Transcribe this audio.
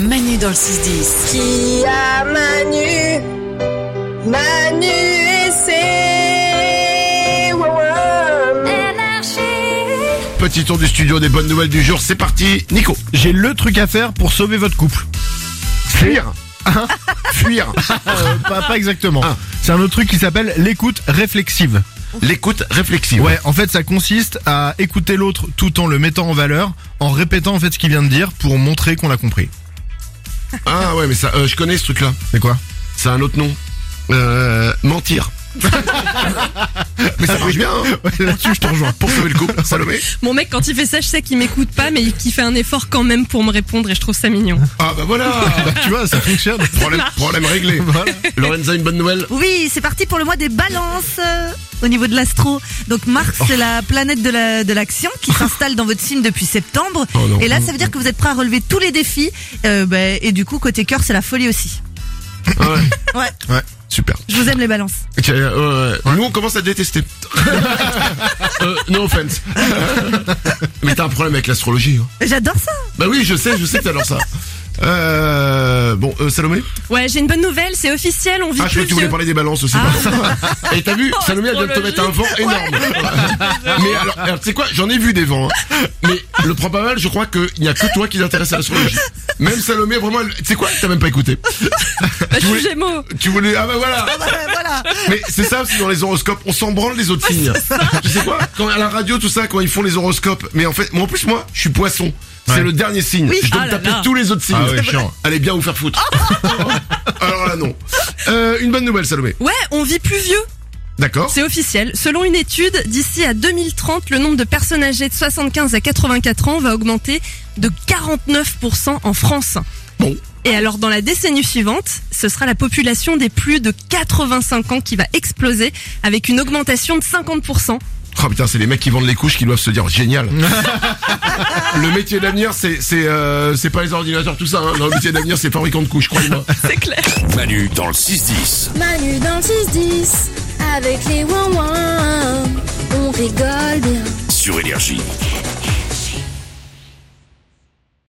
Manu dans le 6-10. Qui a Manu Manu et ses Wawam. Petit tour du studio des bonnes nouvelles du jour, c'est parti. Nico, J'ai le truc à faire pour sauver votre couple. fuir. Hein fuir. Euh, pas, pas exactement. Ah. C'est un autre truc qui s'appelle l'écoute réflexive. L'écoute réflexive. Ouais, en fait, ça consiste à écouter l'autre tout en le mettant en valeur, en répétant en fait ce qu'il vient de dire pour montrer qu'on l'a compris. Ah ouais, mais ça, euh, je connais ce truc-là. C'est quoi C'est un autre nom. Euh, mentir. mais ça marche bien. hein. Ouais, Là-dessus, je te rejoins. Pour sauver le couple, Salomé. Mon mec, quand il fait ça, je sais qu'il m'écoute pas, mais qu'il fait un effort quand même pour me répondre et je trouve ça mignon. Ah bah voilà. Bah, tu vois, ça fonctionne. Problème, problème réglé. Voilà. Lorenza, une bonne nouvelle. Oui, c'est parti pour le mois des balances euh, au niveau de l'astro. Donc Mars, c'est la planète de la- de l'action qui s'installe dans votre signe depuis septembre. Oh non. et là, ça veut dire que vous êtes prêt à relever tous les défis. Euh, bah, et du coup, côté cœur, c'est la folie aussi. Ah ouais. Ouais, Ouais, super. je vous aime les balances. Ok, euh, Nous, on commence à détester. euh, no offense. mais t'as un problème avec l'astrologie. hein. J'adore ça. Bah oui, je sais, je sais que t'adores ça. Euh, bon, euh, Salomé Ouais, j'ai une bonne nouvelle, c'est officiel, on vit Ah, je plus crois que tu voulais vieux. parler des balances aussi. pardon. Et t'as vu, Oh, Salomé, elle vient de te mettre un vent énorme. mais alors, alors, tu sais quoi, j'en ai vu des vents. hein. Mais le prends pas mal, je crois qu'il n'y a que toi qui t'intéresse à l'astrologie. Même Salomé, vraiment, elle- tu sais quoi, t'as même pas écouté. Bah, je voulais- suis gémeaux. Tu voulais, ah bah voilà. voilà. Mais c'est ça aussi dans les horoscopes, on s'en branle les autres signes. Tu sais quoi Quand à la radio tout ça, quand ils font les horoscopes, mais en fait, moi en plus moi, je suis poisson. C'est Ouais. le dernier signe. Oui. Je dois Ah me là taper là. tous les autres signes. Ah ouais, chiant. Allez bien vous faire foutre. Alors là non. Euh, une bonne nouvelle Salomé. Ouais, on vit plus vieux, D'accord. c'est officiel. Selon une étude, d'ici à 2030, le nombre de personnes âgées de 75 à 84 ans va augmenter de 49% en France. Bon. Et alors dans la décennie suivante, ce sera la population des plus de 85 ans qui va exploser avec une augmentation de 50%. Oh putain, c'est les mecs qui vendent les couches qui doivent se dire génial. le métier d'avenir c'est c'est euh, c'est pas les ordinateurs tout ça hein. Non, le métier d'avenir c'est fabricant de couches, croyez-moi. C'est clair. Manu dans le 6-10. Manu dans le 6-10, avec les ouin-ouin, on rigole bien. Sur Énergie.